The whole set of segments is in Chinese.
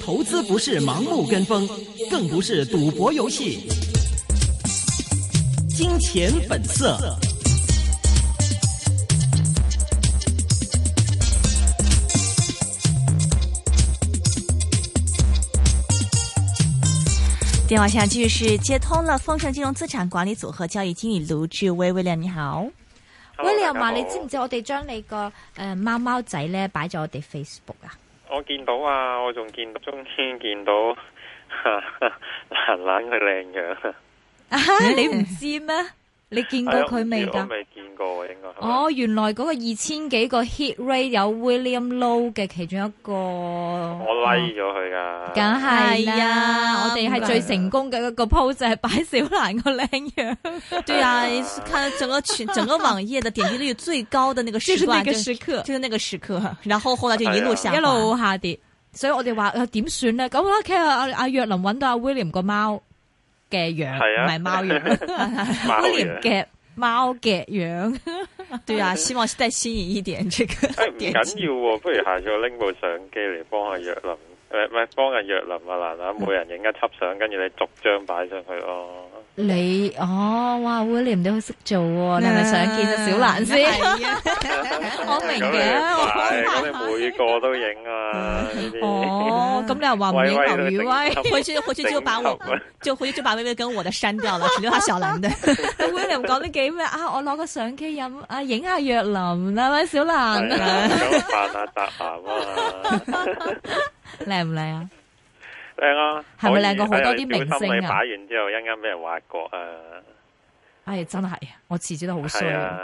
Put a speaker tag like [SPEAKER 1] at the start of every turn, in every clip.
[SPEAKER 1] 投资不是盲目跟风，更不是赌博游戏。金钱本色。
[SPEAKER 2] 电话下继续是接通了丰盛金融资产管理组合交易经理卢志威威廉，你好。
[SPEAKER 3] William 啊，你知唔知我哋將你個誒貓貓仔咧擺咗我哋 Facebook 啊？
[SPEAKER 4] 我見到啊，我仲見中天見到 蘭蘭佢靚樣，
[SPEAKER 3] 啊 你唔知咩？你見過佢未
[SPEAKER 4] 係啊我唔知我
[SPEAKER 3] 㗎？
[SPEAKER 4] 未見過應該係咪。
[SPEAKER 3] 哦，原來嗰個二千幾個 hit rate 有 William Low 嘅其中一個。
[SPEAKER 4] 我啊
[SPEAKER 3] 我
[SPEAKER 4] like 咗佢噶。
[SPEAKER 3] 梗係
[SPEAKER 2] 係
[SPEAKER 3] 啦，
[SPEAKER 2] 啊
[SPEAKER 3] 我哋係最成功嘅一個 post 就係擺小蘭個靚樣，
[SPEAKER 2] 对啊，你是看整个 群、整个网页的点击率最高的那个
[SPEAKER 3] 就
[SPEAKER 2] 时
[SPEAKER 3] 是那
[SPEAKER 2] 段，
[SPEAKER 3] 個
[SPEAKER 2] 就
[SPEAKER 3] 時刻。
[SPEAKER 2] 就是那个时刻，然后后来就一路下滑，
[SPEAKER 3] 一路下跌，所以我哋話诶点算咧？咁啊啦，睇下阿阿若琳揾到阿 William 個貓嘅樣，
[SPEAKER 4] 係啊
[SPEAKER 3] 唔係 貓樣
[SPEAKER 4] 貓
[SPEAKER 3] ，William
[SPEAKER 4] 樣
[SPEAKER 3] 嘅貓嘅樣。
[SPEAKER 2] 对啊，希望再新颖一点这个
[SPEAKER 4] 誒唔緊
[SPEAKER 2] 点击。
[SPEAKER 4] 要喎，不如下次我拎部相機嚟幫阿若琳，誒唔係幫阿若琳啊蘭蘭，每人影一輯相，跟住你逐張擺上去咯。
[SPEAKER 3] 你哦，哇，William 你好識做
[SPEAKER 2] 啊
[SPEAKER 4] 啊
[SPEAKER 3] 喎，你係咪想見阿小蘭 先？
[SPEAKER 2] 係啊
[SPEAKER 3] 我明
[SPEAKER 4] 咁你
[SPEAKER 3] 嘅，
[SPEAKER 4] 係
[SPEAKER 3] 我
[SPEAKER 4] 咁你每個都影啊呢啲。
[SPEAKER 3] 哦，咁你又話唔啊影
[SPEAKER 4] 喂
[SPEAKER 3] 劉雨
[SPEAKER 4] 喂
[SPEAKER 3] 威
[SPEAKER 4] 你
[SPEAKER 2] 回去回去就 把我
[SPEAKER 4] 顶级啊
[SPEAKER 2] 就回去就把薇薇跟我的删掉了，只留下小兰的。
[SPEAKER 3] ，William 講得幾咩啊？我攞個相機影啊，影下若琳啦，喂，小
[SPEAKER 4] 係
[SPEAKER 3] 蘭
[SPEAKER 4] 啊，咁扮下宅 男啊嘛，
[SPEAKER 3] 靚唔靚啊？
[SPEAKER 4] 靚啊！
[SPEAKER 3] 係
[SPEAKER 4] 可
[SPEAKER 3] 咪
[SPEAKER 4] 以
[SPEAKER 3] 靚過好多啲明星啊
[SPEAKER 4] 哎呀小心你擺完之後，一陣間俾人挖角啊！
[SPEAKER 3] 唉，哎真係，啊我辭職得好衰
[SPEAKER 4] 係，啊，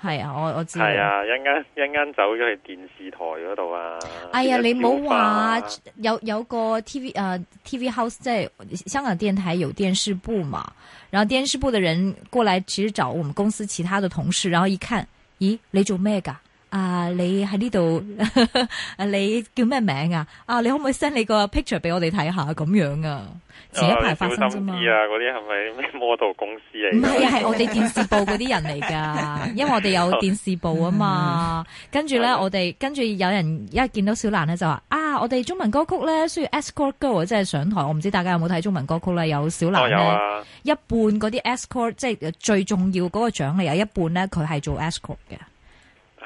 [SPEAKER 3] 係啊，我我知。
[SPEAKER 4] 係啊，一陣間一陣間走咗去電視台嗰度啊！
[SPEAKER 3] 哎呀，你唔好話
[SPEAKER 4] 變咗小花
[SPEAKER 3] 有有個 TV 呃 TV House 在香港電台有電視部嘛，然後電視部的人過來，其實找我們公司其他的同事，然後一看，咦，你做咩㗎？啊！你喺呢度， 啊你叫咩名啊？啊，你可唔可以 send 你個 picture 俾我哋睇下咁樣啊？前一排發生啫嘛
[SPEAKER 4] 啊你小心。啲啊！嗰啲係咪咩 model 公司嚟
[SPEAKER 3] 唔
[SPEAKER 4] 㗎？
[SPEAKER 3] 係啊，係我哋電視部嗰啲人嚟 噶，因為我哋有電視部啊嘛。
[SPEAKER 4] 嗯
[SPEAKER 3] 跟住咧，我哋跟住有人一見到小蘭咧就話啊，我哋中文歌曲咧需要 escort girl，即係啊上台。我唔知大家有冇睇中文歌曲咧，有小
[SPEAKER 4] 哦
[SPEAKER 3] 蘭
[SPEAKER 4] 有
[SPEAKER 3] 咧、
[SPEAKER 4] 啊，
[SPEAKER 3] 一半嗰啲 escort，即係最重要嗰個獎嚟，有一半咧佢係做 escort 嘅。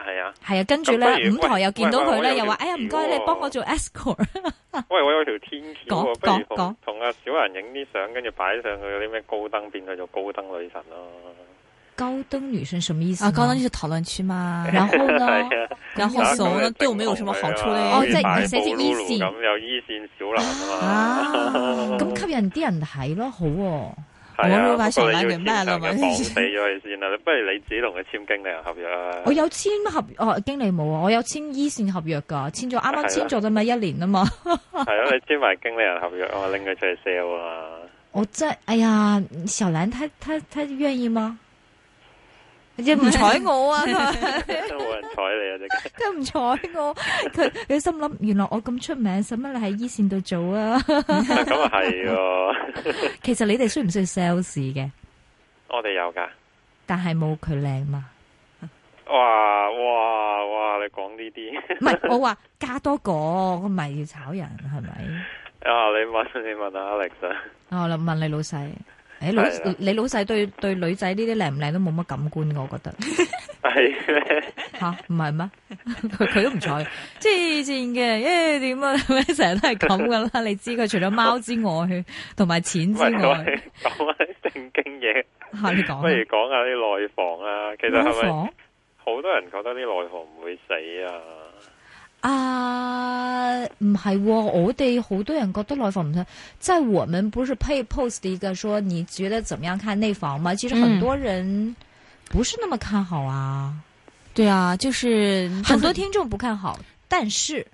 [SPEAKER 4] 係啊。
[SPEAKER 3] 係啊，跟住
[SPEAKER 4] 咁不
[SPEAKER 3] 咧
[SPEAKER 4] 如
[SPEAKER 3] 五台又見到佢
[SPEAKER 4] 喂
[SPEAKER 3] 咧，
[SPEAKER 4] 喂喂
[SPEAKER 3] 又話：
[SPEAKER 4] 我
[SPEAKER 3] 哎呀，
[SPEAKER 4] 有條
[SPEAKER 3] 唔該，
[SPEAKER 4] 橋喎
[SPEAKER 3] 你幫我做 escort。
[SPEAKER 4] 喂，我有條天橋喎，不
[SPEAKER 3] 啊講
[SPEAKER 4] 如
[SPEAKER 3] 講講
[SPEAKER 4] 同同阿小蘭影啲相，跟住擺上去嗰啲咩高登，變佢做高登女神咯。
[SPEAKER 3] 高登女神什麼意思？
[SPEAKER 2] 啊，刚刚就是讨论区 哎嘛，
[SPEAKER 3] 然後呢？
[SPEAKER 4] 係啊，
[SPEAKER 2] 然后怂呢，对我们有什么哎好处嘞？
[SPEAKER 3] 哦
[SPEAKER 4] 哦，
[SPEAKER 3] 即
[SPEAKER 4] 即
[SPEAKER 3] 係
[SPEAKER 4] 係
[SPEAKER 3] 而且即係依線
[SPEAKER 4] 咁有依線小蘭啊嘛。
[SPEAKER 2] 哦啊，
[SPEAKER 3] 咁吸引啲人睇咯，好喎。
[SPEAKER 4] 係啊
[SPEAKER 2] 我都把
[SPEAKER 4] 不過
[SPEAKER 2] 小蘭
[SPEAKER 4] 你要
[SPEAKER 2] 給賣 了嘛
[SPEAKER 4] 簽上嘅綁死咗佢先啦，不如你自己同佢簽經理人合約 啊。
[SPEAKER 2] 哎
[SPEAKER 3] 我有簽合哦，經理冇啊，我有簽依線合約㗎，簽咗啱啱簽咗啫嘛，一年啊嘛，
[SPEAKER 4] 係啊，你簽埋經理人合約啊嘛，拎佢出去 sell 啊 嘛。
[SPEAKER 3] 我真哎呀，小蘭，他他他願意嗎？佢唔睬我啊！佢
[SPEAKER 4] 都冇人睬你啊！即刻
[SPEAKER 3] 佢唔睬我，佢佢心諗，原來我咁出名，使乜你喺依 E 線度做啊？
[SPEAKER 4] 咁啊係喎，
[SPEAKER 3] 其實你哋需唔需要 sales 嘅？
[SPEAKER 4] 我哋有噶。
[SPEAKER 3] 但係冇佢靚嘛？
[SPEAKER 4] 哇哇哇！你講呢啲
[SPEAKER 3] 唔係，我話加多個，咁咪要炒人係咪？
[SPEAKER 4] 啊？你問你問阿 Alex 啊？
[SPEAKER 3] 啊我諗問你老細，誒老
[SPEAKER 4] 係啦
[SPEAKER 3] 你老細對對女仔呢啲靚唔靚都冇乜感官㗎，我覺得。
[SPEAKER 4] 係咧，
[SPEAKER 3] 吓，唔係咩？ 佢佢都唔睬，黐線嘅，誒點啊？係咪成日都係咁噶啦？你知佢除咗貓之外，同埋錢
[SPEAKER 4] 唔
[SPEAKER 3] 之
[SPEAKER 4] 係我
[SPEAKER 3] 外，
[SPEAKER 4] 哋講下啲正經嘢，
[SPEAKER 3] 吓你
[SPEAKER 2] 哦
[SPEAKER 4] 不如
[SPEAKER 3] 講
[SPEAKER 4] 講下啲內房啊。其實
[SPEAKER 3] 啊
[SPEAKER 4] 係咪
[SPEAKER 3] 房
[SPEAKER 4] 好多人覺得啲內房唔會死啊？
[SPEAKER 3] 啊？唔係喎，我哋好多人覺得內房唔得。在我們不是配 post 的一個說，你覺得怎麼樣看內房嗎？其實很多人不是那麼看好啊，
[SPEAKER 2] 对啊，就是
[SPEAKER 3] 很多听众不看好，但是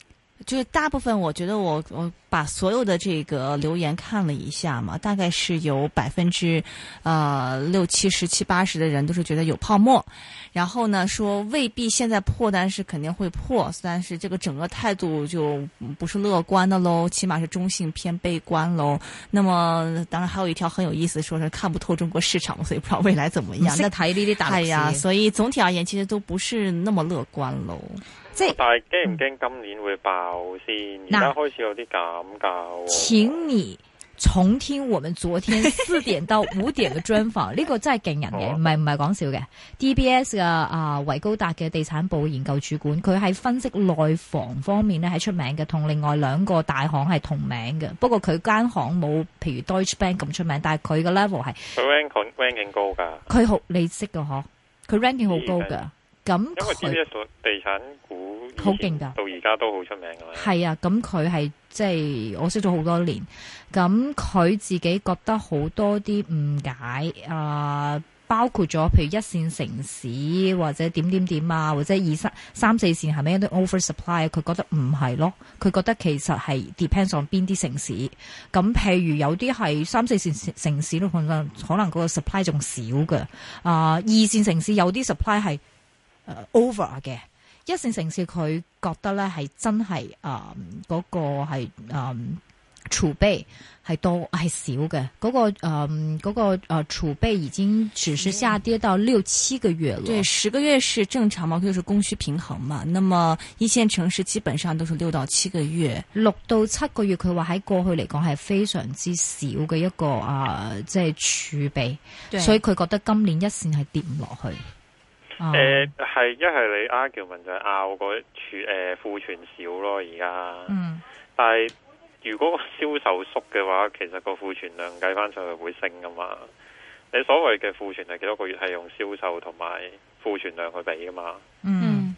[SPEAKER 2] 就是大部分，我觉得我我把所有的这个留言看了一下嘛，大概是有百分之呃六七十、七八十的人都是觉得有泡沫，然后呢说未必现在破，但是肯定会破，但是这个整个态度就不是乐观的喽，起码是中性偏悲观喽。那么当然还有一条很有意思，说是看不透中国市场，所以不知道未来怎么
[SPEAKER 3] 唔
[SPEAKER 2] 样。
[SPEAKER 3] 識
[SPEAKER 2] 那
[SPEAKER 3] 睇呢啲嗯大陸
[SPEAKER 2] 哎
[SPEAKER 3] 市
[SPEAKER 2] 呀，所以总体而言其实都不是那么乐观喽。
[SPEAKER 3] 即係
[SPEAKER 4] 但係驚唔
[SPEAKER 3] 嗯
[SPEAKER 4] 驚今年會爆先？而家開始有啲減價喎。
[SPEAKER 3] 請你重聽我們 昨天四點到五點嘅專訪，呢個真係勁人
[SPEAKER 4] 好
[SPEAKER 3] 嘅，
[SPEAKER 4] 啊
[SPEAKER 3] 唔係唔係講笑嘅。DBS 嘅啊維高達嘅地產部研究主管，佢喺分析內房方面咧係出名嘅，同另外兩個大行係同名嘅。不過佢間行冇譬如 Deutsche Bank 咁出名，但係佢嘅 level 係
[SPEAKER 4] 佢 ranking ranking 高㗎，
[SPEAKER 3] 佢好你識嘅嗬，佢 ranking 好高㗎。咁
[SPEAKER 4] 因為
[SPEAKER 3] 佢
[SPEAKER 4] TBS 地產股以前
[SPEAKER 3] 好勁㗎
[SPEAKER 4] 到而家都好出名㗎啦。
[SPEAKER 3] 係啊，咁佢係即係我識咗好多年，咁佢自己覺得好多啲誤解啊、包括咗譬如一線城市或者點點點啊，或者二三三四線係咪有啲 oversupply？佢覺得唔係咯，佢覺得其實係 depends on 邊啲城市。咁譬如有啲係三四線城市咯，可能可能嗰個 supply 仲少嘅。啊、二線城市有啲 supply 係呃 over 嘅。一線城市佢覺得咧係真係啊嗰個係啊儲備係多係少嘅，嗰、個啊嗰、個啊儲備已經只是下跌到六七個月了。
[SPEAKER 2] 对，十个月是正常嘛，就是供需平衡嘛。那么一线城市基本上都是六到七个月，
[SPEAKER 3] 六到七個月，佢話喺過去嚟講係非常之少嘅一個啊，即係儲備，所以佢覺得今年一線係跌唔落去。
[SPEAKER 4] 誒
[SPEAKER 3] 啊
[SPEAKER 4] 係一係你 argument 就係拗嗰儲誒庫存少咯，而家。
[SPEAKER 3] 嗯，
[SPEAKER 4] 但係如果個銷售縮嘅話，其實個庫存量計翻上去會升噶嘛。你所謂嘅庫存係幾多個月係用銷售同埋庫存量去比噶嘛？
[SPEAKER 3] 嗯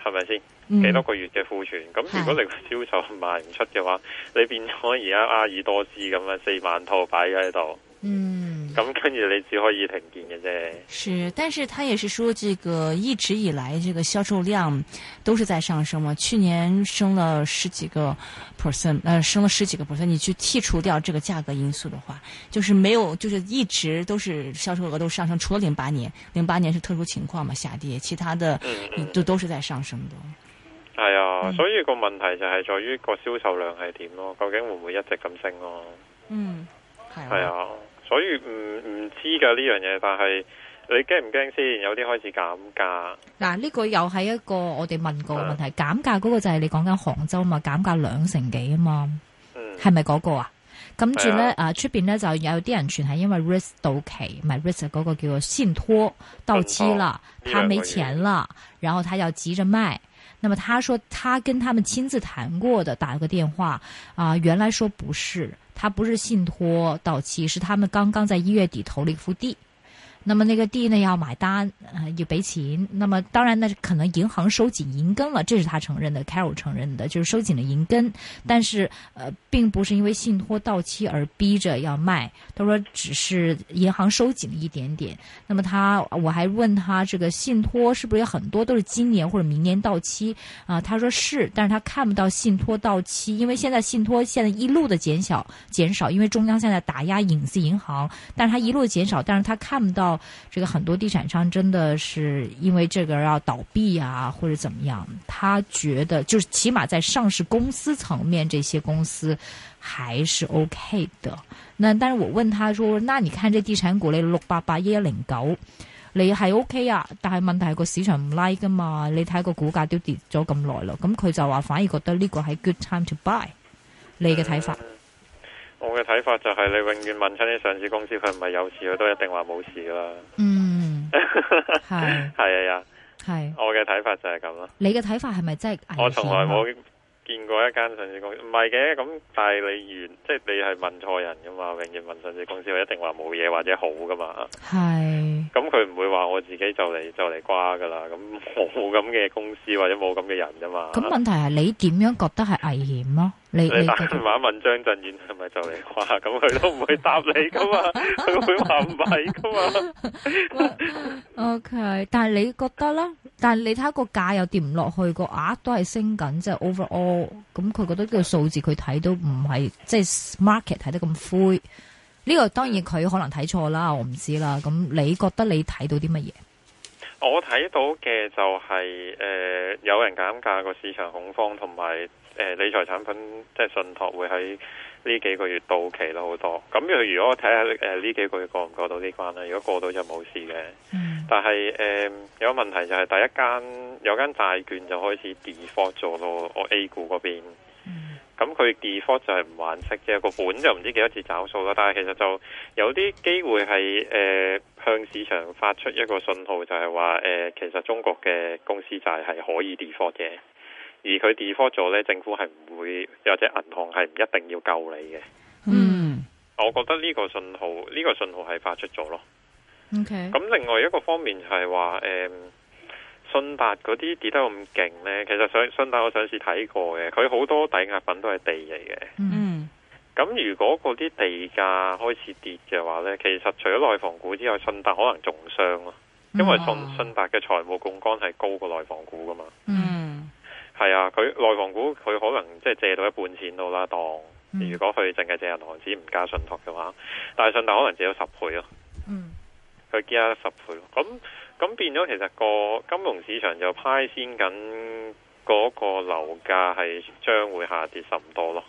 [SPEAKER 4] 係咪先？
[SPEAKER 3] 嗯，
[SPEAKER 4] 幾多個月嘅庫存？咁如果你個銷售賣唔出嘅話，你變咗而家阿爾多斯咁啊，四萬套擺咗喺度，
[SPEAKER 3] 嗯
[SPEAKER 4] 咁跟住你只可以停建嘅啫。
[SPEAKER 2] 是，但是他也是说，这个一直以来这个销售量都是在上升嘛，去年升了十几个 percent，呃，升了十几个 percent。你去剔除掉这个价格因素的话，就是没有，就是一直都是销售额都上升，除了零八年，零八年是特殊情况嘛，下跌，其他的
[SPEAKER 4] 嗯
[SPEAKER 2] 嗯
[SPEAKER 4] 嗯，
[SPEAKER 2] 都都是在上升的。
[SPEAKER 4] 係啊，
[SPEAKER 3] 嗯
[SPEAKER 4] 所以個問題就係在於個銷售量係點咯，究竟會唔會一直咁升咯？
[SPEAKER 2] 嗯，
[SPEAKER 4] 係啊，所以唔唔知噶呢樣嘢，但係你驚唔驚先？有啲開始減價，
[SPEAKER 3] 嗱，呢個又係一個我哋問過嘅問題，減價嗰個就係你講緊杭州嘛，減價兩成幾啊嘛，
[SPEAKER 4] 嗯，
[SPEAKER 3] 係咪嗰個啊？跟住
[SPEAKER 4] 係
[SPEAKER 3] 咧
[SPEAKER 4] 啊，
[SPEAKER 3] 啊出邊咧就有啲人傳係因為 risk 到期，唔係 risk 啊嗰個叫做信托到期啦，
[SPEAKER 4] 信託
[SPEAKER 3] 他沒錢了，然後他要急着賣。那麼他說他跟他們親自談過的，打了個電話啊、原來說不是，他不是信托到期，是他們剛剛在一月底投了一幅地。那麼那個地呢要買單，呃要俾錢。那麼當然呢，可能銀行收緊銀根了，這是他承認的，Carol 承認的，就是收緊了銀根。但是呃，并不是因为信托到期而逼着要卖，他说只是银行收紧了一点点。那么他我还问他这个信托是不是有很多都是今年或者明年到期啊、他说是，但是他看不到信托到期，因为现在信托现在一路的减小减少，因为中央现在打压影子银行，但是他一路减少，但是他看不到这个很多地产商真的是因为这个要倒闭啊或者怎么样，他觉得就是起码在上市公司层面这些公司还是 OK 的。那但是我问他说，那你看这地产股你六八八一一零九，你係 O K 啊，但係問題係個市場唔 like 噶嘛，你睇個股價都跌咗咁耐咯，咁佢就話反而覺得呢個係 good time to buy，你嘅睇法？
[SPEAKER 4] 呃我嘅睇法就係你永遠問親啲上市公司，佢唔係有事，佢都一定話冇事啦。
[SPEAKER 3] 嗯， 係
[SPEAKER 4] 係啊，
[SPEAKER 3] 係，
[SPEAKER 4] 我嘅睇法就係咁啦。
[SPEAKER 3] 你嘅睇法係咪真係危險啊
[SPEAKER 4] 我從來冇見過一間上市公司，唔係嘅。咁但係你完，即係你係問錯人噶嘛？永遠問上市公司，佢一定話冇嘢或者好噶嘛。
[SPEAKER 3] 係
[SPEAKER 4] 咁佢唔會話我自己就嚟就嚟瓜噶啦。咁冇咁嘅公司或者冇咁嘅人啫嘛。
[SPEAKER 3] 咁問題係你點樣覺得係危險咯？你
[SPEAKER 4] 啊你
[SPEAKER 3] 你
[SPEAKER 4] 打
[SPEAKER 3] 覺
[SPEAKER 4] 電
[SPEAKER 3] 得
[SPEAKER 4] 話問張振遠係咪就嚟瓜？咁佢都唔會答你噶嘛，佢會話唔係噶嘛。
[SPEAKER 3] ？O K，但係你覺得咧？但係你睇下個價又跌唔落去，個額都係升緊，即係 overall。咁佢覺得呢個數字佢睇都唔係即係 market 睇得咁灰。呢、個當然佢可能睇錯啦，我唔知啦。咁你覺得你睇到啲乜嘢？
[SPEAKER 4] 我睇到嘅就係、呃有人減價個市場恐慌，同埋誒理財產品即係信託會喺呢幾個月到期咯好多。咁佢如果睇下誒呢幾個月過唔過到呢關啦，如果過到就冇事嘅。但係誒、呃有個問題就係第一間有間債券就開始 default 咗咯，我 A 股嗰邊。咁佢 default 就係唔還息啫，個本就唔知幾多次找數啦。但係其實就有啲機會係誒、呃向市場發出一個信號，就係話誒其實中國嘅公司債係可以 default 嘅，而佢 default 咗呢，政府係唔會，或者銀行係唔一定要救你嘅。
[SPEAKER 1] 嗯
[SPEAKER 4] 我覺得呢個信號，呢、個信號係發出咗咯。
[SPEAKER 3] OK，
[SPEAKER 4] 咁另外一個方面就係話，誒、信達嗰啲跌得咁勁呢，其實上信達我上次睇過嘅，佢好多抵押品都係地嚟嘅。
[SPEAKER 3] 嗯
[SPEAKER 1] 嗯
[SPEAKER 4] 咁如果嗰啲地價開始跌嘅話呢，其實除咗內房股之外，信達可能仲傷咯，因為信信達嘅財務槓桿係高過內房股噶嘛。
[SPEAKER 3] 嗯
[SPEAKER 1] 嗯
[SPEAKER 4] 係啊，佢內房股佢可能即係借到一半錢到啦，當
[SPEAKER 3] 嗯
[SPEAKER 4] 如果佢淨係借銀行紙唔加信託嘅話，但係信達可能借咗十倍咯。
[SPEAKER 3] 嗯
[SPEAKER 4] 佢加十倍咯。咁咁變咗，其實個金融市場就派先緊嗰個樓價係將會下跌甚多咯。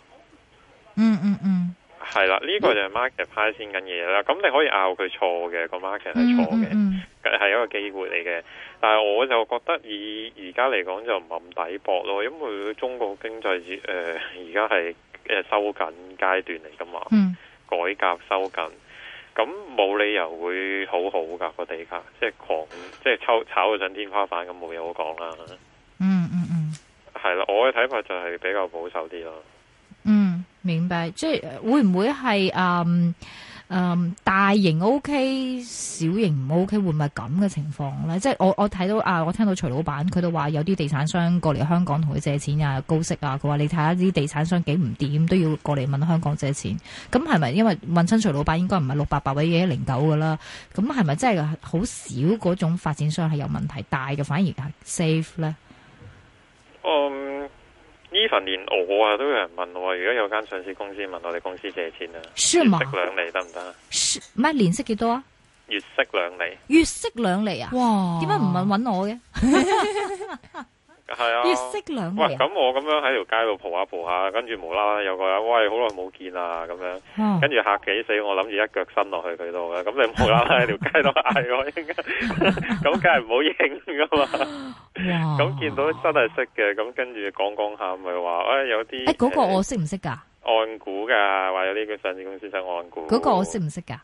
[SPEAKER 3] 嗯嗯嗯，
[SPEAKER 4] 係啦，呢、個就係 market 派先緊嘢啦。咁你可以拗佢錯嘅，個 market 係錯嘅，係、
[SPEAKER 3] 嗯
[SPEAKER 4] 一個機會嚟嘅。但係我就覺得以而家嚟講就唔係咁抵搏咯，因為中國經濟誒而家係誒收緊階段嚟噶嘛。
[SPEAKER 3] 嗯
[SPEAKER 4] 改革收緊，咁冇理由會好好噶個地價，即係狂，即係抽炒到上天花板咁冇嘢好講啦。
[SPEAKER 3] 嗯嗯嗯
[SPEAKER 4] 係啦，我嘅睇法就係比較保守啲咯。
[SPEAKER 3] 嗯，明白。即係呃會唔會係嗯嗯大型 OK，小型唔 OK，會唔會係咁嘅情況咧？即係我我睇到啊，我聽到徐老闆佢都話有啲地產商過嚟香港同佢借錢啊，高息啊，佢話你睇下啲地產商幾唔掂，都要過嚟問香港借錢。咁係咪因為問親徐老闆應該唔係六八八或者一零九噶啦？咁係咪真係好少嗰種發展商係有問題，大嘅反而係 safe 咧？
[SPEAKER 4] 嗯，even 連我啊都有人問我，如果有間上市公司問我哋公司借錢啊，
[SPEAKER 3] 是
[SPEAKER 4] 月
[SPEAKER 3] 嘛？
[SPEAKER 4] 息兩厘得唔得？
[SPEAKER 3] 是唔係年息幾多啊？
[SPEAKER 4] 月息兩厘，
[SPEAKER 3] 月息兩厘啊？
[SPEAKER 2] 哇
[SPEAKER 3] 點解唔問揾我嘅？
[SPEAKER 4] 係啊。
[SPEAKER 3] 月息兩
[SPEAKER 4] 喂，
[SPEAKER 3] 厘啊？
[SPEAKER 4] 咁我咁樣喺條街度蒲下蒲下，跟住無啦啦有個人，喂，好耐冇見啊啦，咁樣，
[SPEAKER 3] 哦
[SPEAKER 4] 跟住嚇幾死我，諗住一腳伸落去佢度嘅，啊咁你無啦啦喺條街度嗌我， 應該咁梗係唔好應噶
[SPEAKER 3] 哦
[SPEAKER 4] 嘛。
[SPEAKER 3] 哇
[SPEAKER 4] 咁見到真係識嘅，咁跟住講講下，咪話誒有啲
[SPEAKER 3] 誒哎嗰個我識唔識㗎？
[SPEAKER 4] 呃按股㗎，話有啲嘅上市公司想按股。
[SPEAKER 3] 嗰個我識唔識㗎？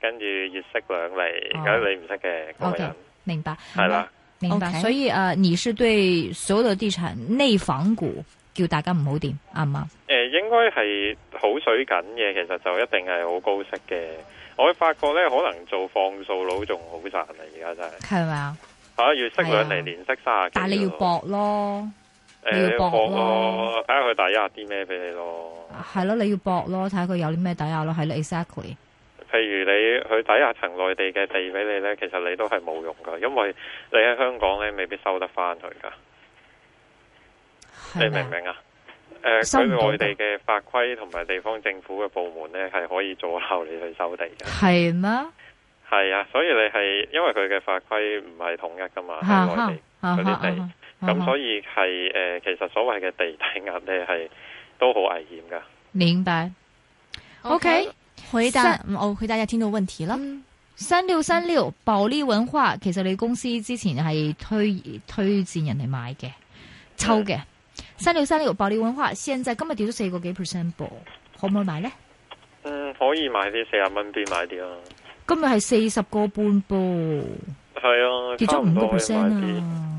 [SPEAKER 4] 跟住月息兩厘，
[SPEAKER 3] 哦
[SPEAKER 4] 咁你唔識嘅嗰個
[SPEAKER 3] OK
[SPEAKER 4] 人
[SPEAKER 3] 明白，
[SPEAKER 4] 係啦。
[SPEAKER 3] 明白。
[SPEAKER 2] OK
[SPEAKER 3] 所以誒、呃你是對所有的地產內房股叫大家唔好掂，啱唔啱？
[SPEAKER 4] 誒、應該係好水緊嘅，其實就一定係好高息嘅。我發覺咧，可能做放數佬仲好賺啊！而家真係
[SPEAKER 3] 係咪啊？
[SPEAKER 4] 嚇，月息兩
[SPEAKER 3] 係啊
[SPEAKER 4] 厘，年息卅幾。
[SPEAKER 3] 但係你要，搏咯，
[SPEAKER 4] 誒
[SPEAKER 3] 你要
[SPEAKER 4] 搏
[SPEAKER 3] 搏
[SPEAKER 4] 咯
[SPEAKER 3] 咯，
[SPEAKER 4] 睇下佢抵押啲咩俾你咯。
[SPEAKER 3] 係咯，你要搏咯，睇下佢有啲咩抵押咯，係啦，exactly。
[SPEAKER 4] 譬如你去抵押層內地嘅地俾你咧，其實你都係冇用噶，因為你喺香港咧未必收得翻佢噶。你
[SPEAKER 3] 係
[SPEAKER 4] 明
[SPEAKER 3] 咪啊
[SPEAKER 4] 唔明啊？誒，
[SPEAKER 3] 收
[SPEAKER 4] 佢
[SPEAKER 3] 唔到㗎
[SPEAKER 4] 內地嘅法規同埋地方政府嘅部門咧，係可以阻撓你去收地嘅。
[SPEAKER 3] 係咩？
[SPEAKER 4] 係啊，所以你係因為佢嘅法規唔係統一噶嘛，
[SPEAKER 3] 嚇嗯
[SPEAKER 4] 喺內地，嗰啲地咁所以係誒、呃其實所謂嘅地底壓咧係都好危險噶。
[SPEAKER 3] 明白。OK，
[SPEAKER 2] 回答
[SPEAKER 3] 三
[SPEAKER 2] 嗯我回答一下听众问题了。
[SPEAKER 3] 三六三六保利文化，其實你公司之前係推推薦人嚟買嘅，抽
[SPEAKER 4] 嗯
[SPEAKER 3] 嘅。三六三六保利文化，現在今日跌咗四個幾 percent 噃，可唔可以買呢？
[SPEAKER 4] 嗯，可以買啲四十蚊邊買啲咯。
[SPEAKER 3] 今日係四十個半噃，
[SPEAKER 4] 係啊，
[SPEAKER 3] 跌
[SPEAKER 4] 差
[SPEAKER 3] 咗
[SPEAKER 4] 唔
[SPEAKER 3] 五個
[SPEAKER 4] 多可以買
[SPEAKER 3] percent
[SPEAKER 4] 啲。
[SPEAKER 3] 啊！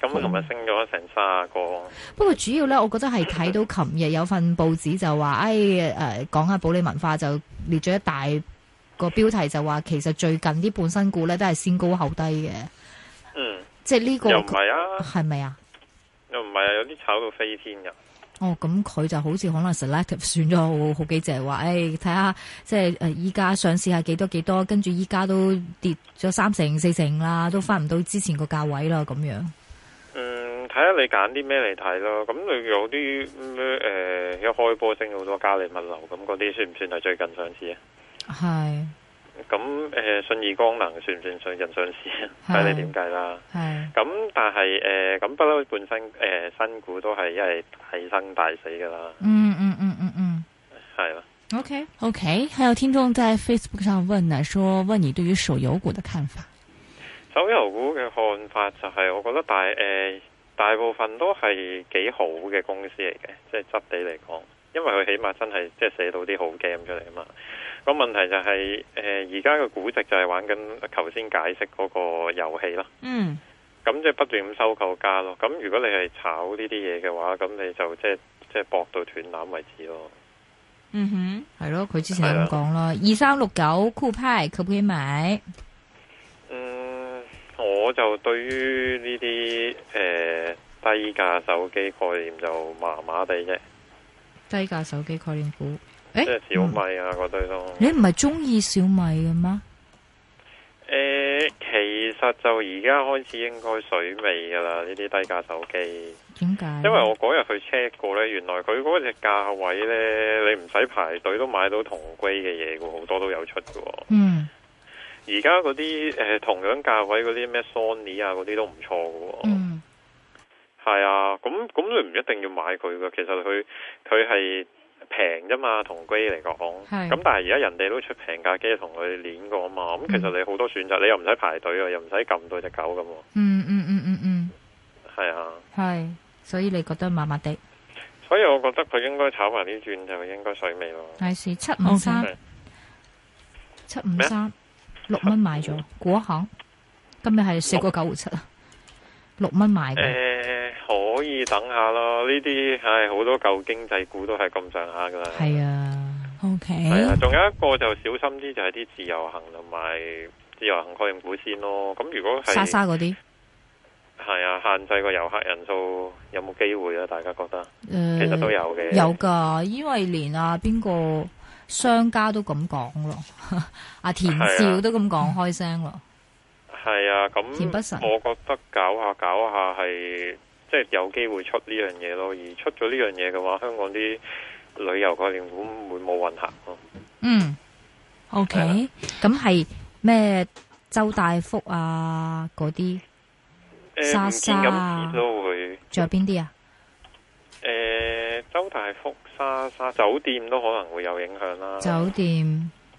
[SPEAKER 4] 咁琴日升咗成卅個，
[SPEAKER 3] 不過主要咧，我覺得係睇到琴日有份報紙就話，哎誒、講下保利文化就列咗一大個標題，就話其實最近啲半新股咧都係先高後低嘅，
[SPEAKER 4] 嗯，
[SPEAKER 3] 即係呢、個
[SPEAKER 4] 又唔係啊，
[SPEAKER 3] 係咪啊？
[SPEAKER 4] 又唔係啊，有啲炒到飛天噶。
[SPEAKER 3] 哦，咁佢就好似可能 selective 選咗好好幾隻，話誒睇下即係誒依家上市係幾多幾多，跟住依家都跌咗三成四成啦，都翻唔到之前個價位啦咁樣。
[SPEAKER 4] 嗯，睇下你揀啲咩嚟睇咯。咁你有啲咩誒一開波升好多嘉里物流，咁嗰啲算唔算係最近上市啊？
[SPEAKER 3] 係
[SPEAKER 4] 咁誒、呃信義光能算唔算最近上市啊？
[SPEAKER 3] 係
[SPEAKER 4] 睇你點計啦。
[SPEAKER 3] 係
[SPEAKER 4] 咁但係誒，咁不嬲本身誒、呃新股都係一係大生大死噶啦，
[SPEAKER 3] 嗯嗯嗯嗯嗯
[SPEAKER 4] 係啦。
[SPEAKER 3] ，OK。
[SPEAKER 2] OK，还有听众在 Facebook 上问呢，说问你对于手游股的看法。
[SPEAKER 4] 手遊股嘅看法就係，我覺得大誒、呃大部分都係幾好嘅公司嚟嘅，即係質地嚟講，因為佢起碼真係即係寫到啲好 game 出嚟啊嘛。個問題就係誒而家嘅估值就係玩緊頭先解釋嗰個遊戲啦，
[SPEAKER 2] 嗯
[SPEAKER 4] 咁即係不斷咁收購加咯。咁如果你係炒呢啲嘢嘅話，咁你就即係即係搏到斷攬為止咯。
[SPEAKER 2] 嗯哼，
[SPEAKER 3] 係咯，佢之前係咁講啦，二三六九酷派可唔可以買？
[SPEAKER 4] 嗯，我就對於呢啲誒低價手機概念就麻麻地啫。
[SPEAKER 3] 低價手機概念股，誒、
[SPEAKER 4] 即係小米啊嗰堆咯。
[SPEAKER 3] 你唔係中意小米嘅咩？
[SPEAKER 4] 诶、呃其實就而家開始應該水尾噶啦，呢啲低價手機。
[SPEAKER 3] 點解？
[SPEAKER 4] 因為我嗰日去 check 過呢，原來佢嗰只價位呢，你唔使排隊都買到同歸嘅嘢嘅，好多都有出嘅喎。
[SPEAKER 3] 嗯
[SPEAKER 4] 而家嗰啲诶同樣價位嗰啲咩 Sony 啊嗰啲都唔錯嘅喎。
[SPEAKER 3] 嗯
[SPEAKER 4] 係啊，咁咁你唔一定要買佢噶，其實佢佢係平啫嘛，同龜嚟講。
[SPEAKER 3] 係
[SPEAKER 4] 咁但係而家人哋都出平價機同佢攣過啊嘛，咁其實你好多選擇，你又唔使排隊啊，又唔使撳到只狗咁喎。
[SPEAKER 3] 嗯嗯嗯嗯嗯，
[SPEAKER 4] 係啊，
[SPEAKER 3] 係、所以你覺得麻麻地
[SPEAKER 4] 所以我覺得佢應該炒埋呢轉就應該水尾咯。
[SPEAKER 3] ，I 七五三
[SPEAKER 4] OK 啊
[SPEAKER 3] 七五三六蚊買咗，果行今日係四個九毫七啊，六蚊買
[SPEAKER 4] 誒、
[SPEAKER 3] 嘅，
[SPEAKER 4] 可以等下咯，呢啲係好多舊經濟股都係咁上下噶啦。係
[SPEAKER 3] 係、啊，
[SPEAKER 4] 啊
[SPEAKER 2] ，OK，，
[SPEAKER 4] 仲有一個就小心啲，就係啲自由行同埋自由行概念股先咯。咁如果係
[SPEAKER 3] 莎莎嗰啲，誒、
[SPEAKER 4] 係啊，限制個遊客人數有冇機會啊？大家覺得其實都有嘅，
[SPEAKER 3] 呃嗯有噶，因為連啊邊個商家都咁講咯， 阿田少都咁講開聲咯，
[SPEAKER 4] 係啊。咁
[SPEAKER 3] 田北辰
[SPEAKER 4] 我覺得搞下搞下係即係有機會出呢樣嘢咯。而出咗呢樣嘢嘅話，香港啲旅遊概念股會冇運行咯。
[SPEAKER 3] 嗯，
[SPEAKER 2] ，OK，
[SPEAKER 4] 啊
[SPEAKER 3] 咁係咩周大福啊嗰啲，
[SPEAKER 4] 誒、
[SPEAKER 3] 莎
[SPEAKER 4] 唔
[SPEAKER 3] 莎
[SPEAKER 4] 見咁跌咯會。
[SPEAKER 3] 仲有邊啲啊？
[SPEAKER 4] 誒、周大福、莎莎酒店都可能會有影響啦。
[SPEAKER 3] 酒店，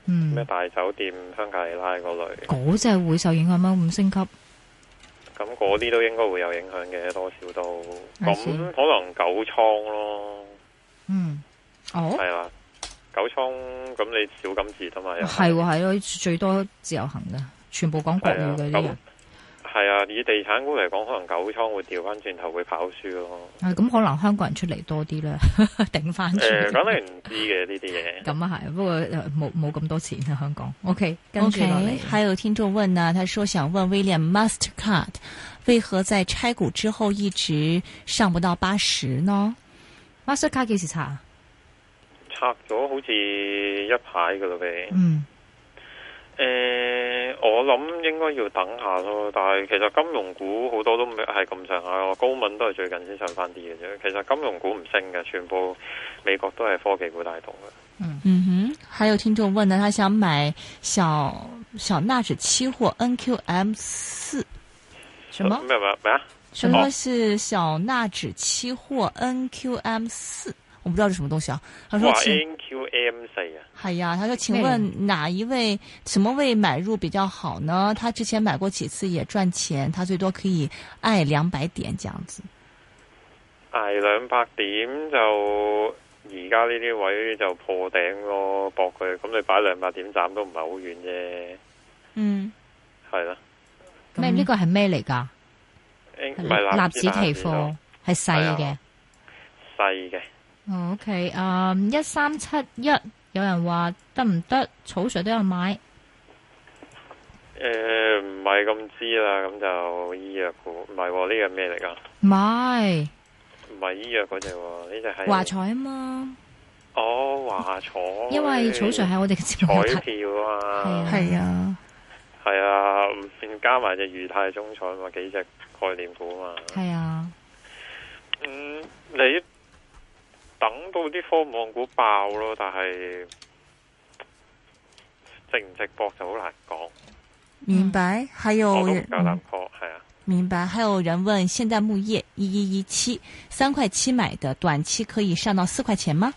[SPEAKER 3] 嗯
[SPEAKER 4] 啊咩，大酒店、香格里拉嗰類，
[SPEAKER 3] 嗰只會受影響咩？五星級，
[SPEAKER 4] 咁嗰啲都應該會有影響嘅，多少都。
[SPEAKER 3] I
[SPEAKER 4] 咁
[SPEAKER 3] see
[SPEAKER 4] 可能九倉咯。
[SPEAKER 3] 嗯，哦，
[SPEAKER 4] 系啦，九倉咁你小金字得嘛？又
[SPEAKER 3] 係喎係咯，最多自由行嘅，全部講國語嘅
[SPEAKER 4] 係啊
[SPEAKER 3] 啲人，
[SPEAKER 4] 係啊，以地產股嚟講，可能九倉會調翻轉頭會跑輸 咯。
[SPEAKER 3] 啊咁可能香港人出嚟多啲啦， 頂翻住。
[SPEAKER 4] 诶、梗係唔知嘅呢啲嘢。
[SPEAKER 3] 咁啊係，不過呃冇冇咁多錢啊香港。OK，跟住落
[SPEAKER 2] OK，
[SPEAKER 3] 嚟
[SPEAKER 2] 还有听众问呢，他说想问威廉 Mastercard 为何在拆股之后一直上不到八十呢？
[SPEAKER 3] Mastercard 幾時拆啊？
[SPEAKER 4] 拆咗好似一排噶啦呗。
[SPEAKER 3] 嗯，
[SPEAKER 4] 诶、呃我諗應該要等下咯。但係其實金融股好多都唔係咁上下，高敏都係最近先上翻啲嘅啫。其實金融股唔升嘅，全部美國都係科技股帶動嘅。
[SPEAKER 2] 嗯哼，还有听众问呢，他想买小小纳指期货 NQM 四，
[SPEAKER 3] 什麼
[SPEAKER 4] 咩咩咩啊？
[SPEAKER 2] 什么是小纳指期货 NQM 四？我不知道是什么东西啊。他说
[SPEAKER 4] 哇
[SPEAKER 2] 请
[SPEAKER 4] ，NQM 四啊！
[SPEAKER 2] 系呀，他说：“请问哪一位什么位买入比较好呢？他之前买过几次也赚钱，他最多可以爱两百点这样子。
[SPEAKER 4] 挨兩百點就而家呢啲位就破頂咯，搏佢咁你擺兩百點斬都唔係好遠啫，
[SPEAKER 2] 嗯
[SPEAKER 4] 係啦，
[SPEAKER 3] 咩？
[SPEAKER 2] 咁
[SPEAKER 3] 呢個係咩嚟㗎？
[SPEAKER 4] 應唔係
[SPEAKER 3] 立
[SPEAKER 4] 納
[SPEAKER 3] 指
[SPEAKER 4] 指
[SPEAKER 3] 期貨係細
[SPEAKER 4] 係
[SPEAKER 3] 嘅
[SPEAKER 4] 啊。細嘅，
[SPEAKER 3] 哦 OK，啊一三七一，有人話得唔得？草水都有買，
[SPEAKER 4] 誒呃唔係咁知啦，咁就醫藥股唔係喎，呢個咩嚟噶？
[SPEAKER 3] 買
[SPEAKER 4] 唔係醫藥嗰只喎，呢只係
[SPEAKER 3] 華彩啊嘛，
[SPEAKER 4] 哦華彩，
[SPEAKER 3] 因為草 Sir 喺我哋嘅節目有
[SPEAKER 4] 彩
[SPEAKER 3] 睇，
[SPEAKER 4] 票啊
[SPEAKER 3] 係
[SPEAKER 4] 嘛，
[SPEAKER 2] 係
[SPEAKER 3] 嗯
[SPEAKER 2] 啊，
[SPEAKER 4] 係啊，唔加埋只裕泰中彩嘛，幾隻概念股嘛，
[SPEAKER 3] 係啊，
[SPEAKER 4] 嗯，你等到啲科網股爆咯，但係值唔值博就好難講，
[SPEAKER 2] 明白。還
[SPEAKER 4] 我
[SPEAKER 2] 有
[SPEAKER 3] 哦
[SPEAKER 4] 都唔
[SPEAKER 3] 嗯
[SPEAKER 2] 人
[SPEAKER 4] 夠膽 call，係啊。
[SPEAKER 2] 明白，还有人问现代牧业一一一七三块七买的，短期可以上到四块钱吗？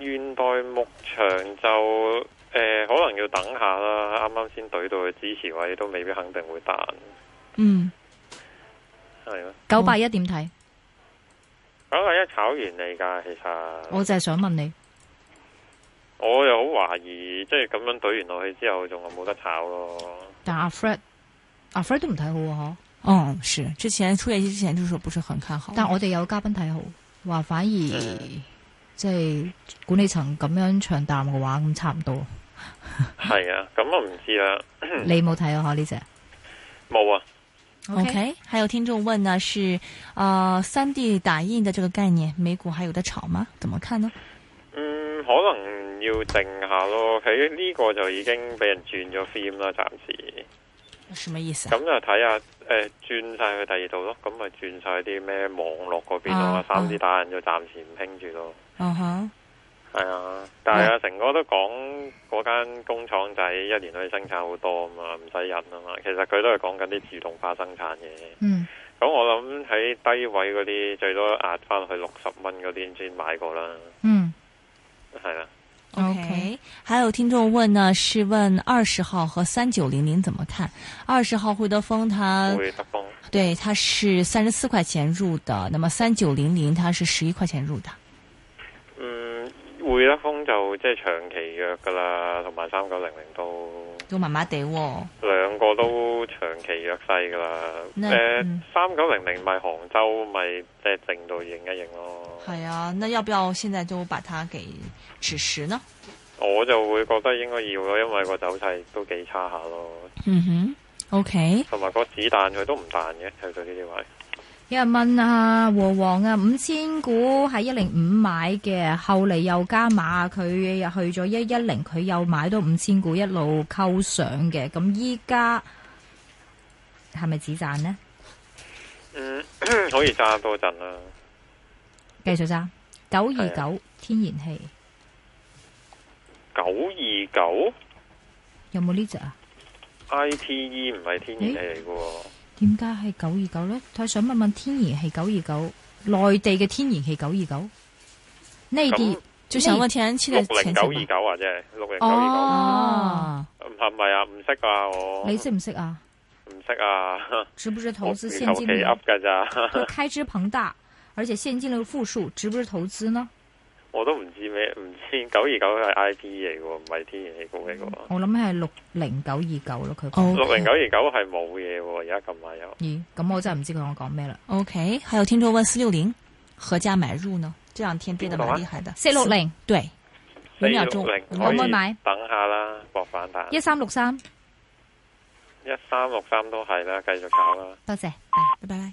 [SPEAKER 4] 現代牧場就诶、呃可能要等下啦。啱啱先懟到佢支持位，都未必肯定會彈，
[SPEAKER 2] 嗯，
[SPEAKER 4] 係咯。
[SPEAKER 3] 九八一點睇？
[SPEAKER 4] 咁係一炒完嚟㗎，其實
[SPEAKER 3] 我就係想問你，
[SPEAKER 4] 我又好懷疑，即係咁樣懟完落去之後，仲有冇得炒 咯？
[SPEAKER 3] 但阿 Fred，阿 Fred 都唔睇好啊，
[SPEAKER 2] 哦，是，之前出业绩之前就说不是很看好
[SPEAKER 3] 嗬，但我哋有嘉賓睇好，話反而即係管理層咁樣長淡嘅話，咁差唔多。
[SPEAKER 4] 係啊，咁我唔知啦，
[SPEAKER 3] 你冇睇啊？嗬呢只
[SPEAKER 4] 冇啊。
[SPEAKER 2] OK，还有听众问呢是，呃，三 D 打印的这个概念，美股还有的炒吗？怎么看呢？
[SPEAKER 4] 嗯，可能要定下咯。喺呢個就已經俾人轉咗 theme 啦，暫時。
[SPEAKER 2] 什么意思啊
[SPEAKER 4] 咁？就睇下誒轉晒去第二度咯，咁咪轉晒啲咩網絡嗰邊咯
[SPEAKER 2] 啊，
[SPEAKER 4] 三 D
[SPEAKER 2] 啊
[SPEAKER 4] 打印就暫時唔興住咯。
[SPEAKER 2] 嗯哼，
[SPEAKER 4] 係啊，但係阿成哥都講嗰間工廠仔一年可以生產好多啊嘛，唔使人啊嘛。其實佢都係講緊啲自動化生產嘅。
[SPEAKER 3] 嗯，
[SPEAKER 4] 咁我諗喺低位嗰啲最多壓翻去六十蚊嗰啲先買過啦。
[SPEAKER 3] 嗯，
[SPEAKER 4] 係啊啦、
[SPEAKER 3] OK
[SPEAKER 2] 还有听众问呢是问二十号和三九零零怎么看？二十号会德丰它
[SPEAKER 4] 會德豐
[SPEAKER 2] 对，它是三十四块钱入的，那么三九零零它是十一块钱入的。
[SPEAKER 4] 嗯，會德豐就即係長期弱噶啦，同埋三九零零都。
[SPEAKER 2] 都麻麻地喎，
[SPEAKER 4] 兩個都長期弱勢噶啦，
[SPEAKER 2] 那
[SPEAKER 4] 誒
[SPEAKER 2] 嗯
[SPEAKER 4] 三九零零咪杭州咪即係靜到認一認咯。
[SPEAKER 2] 系啊，那要不要现在就把它给止蚀呢？
[SPEAKER 4] 我就會覺得應該要咯，因為個走勢都幾差下咯，
[SPEAKER 2] 嗯哼，OK，
[SPEAKER 4] 同埋個子彈佢都唔彈嘅，去到呢啲位。
[SPEAKER 3] 有人問啊和黃啊五千股喺一零五買嘅，後嚟又加碼，佢又去咗一一零，佢又買到五千股一路溝上嘅，咁依家係咪止賺呢？
[SPEAKER 4] 嗯， 可以揸多陣啦。
[SPEAKER 3] 繼續揸九二
[SPEAKER 4] 係啊
[SPEAKER 3] 九天然氣
[SPEAKER 4] 九二九
[SPEAKER 3] 有冇呢只啊？
[SPEAKER 4] ITE E 唔係天然氣嚟嘅喎，
[SPEAKER 3] 點解係九二九呢？佢想問問天然氣九二九，內地嘅天然氣九二九，內地
[SPEAKER 4] 咁
[SPEAKER 2] 就想问天然气
[SPEAKER 4] 六
[SPEAKER 2] 的
[SPEAKER 4] 零
[SPEAKER 2] 前
[SPEAKER 4] 九
[SPEAKER 2] 景吧。
[SPEAKER 4] 二九啊，即係六零九二
[SPEAKER 3] 哦，
[SPEAKER 4] 九，唔係咪啊？唔識啊，我
[SPEAKER 3] 你識唔識啊？
[SPEAKER 4] 唔識啊，
[SPEAKER 3] 值不值投
[SPEAKER 4] 我求
[SPEAKER 3] 資
[SPEAKER 4] 其
[SPEAKER 3] 現金流？
[SPEAKER 4] 噏㗎咋。
[SPEAKER 3] 就开支庞大，而且现金流负数，值不值投资呢？
[SPEAKER 4] 我都唔知咩，唔知九二九系 I P 嚟嘅喎，唔係天然氣股嚟嘅喎。
[SPEAKER 3] 我諗係六零九二九咯，佢講。
[SPEAKER 2] O
[SPEAKER 4] 六零九二九係冇嘢喎，而家近排又
[SPEAKER 3] 咦，咁我真係唔知佢同我講咩啦。
[SPEAKER 2] OK，还有听众问四六零何价买入呢？这两天跌的
[SPEAKER 4] 懂啊
[SPEAKER 2] 蛮厉害的，
[SPEAKER 3] 四六零
[SPEAKER 2] 对，五
[SPEAKER 4] 四
[SPEAKER 2] 秒
[SPEAKER 4] 六
[SPEAKER 2] 钟
[SPEAKER 4] 零，
[SPEAKER 2] 五
[SPEAKER 3] 可唔可
[SPEAKER 2] 秒
[SPEAKER 3] 以
[SPEAKER 2] 钟
[SPEAKER 3] 買
[SPEAKER 4] 等下啦，搏反彈
[SPEAKER 3] 一三六三，
[SPEAKER 4] 一三六三都係啦，繼續搞啦。
[SPEAKER 3] 多謝。
[SPEAKER 2] 拜拜。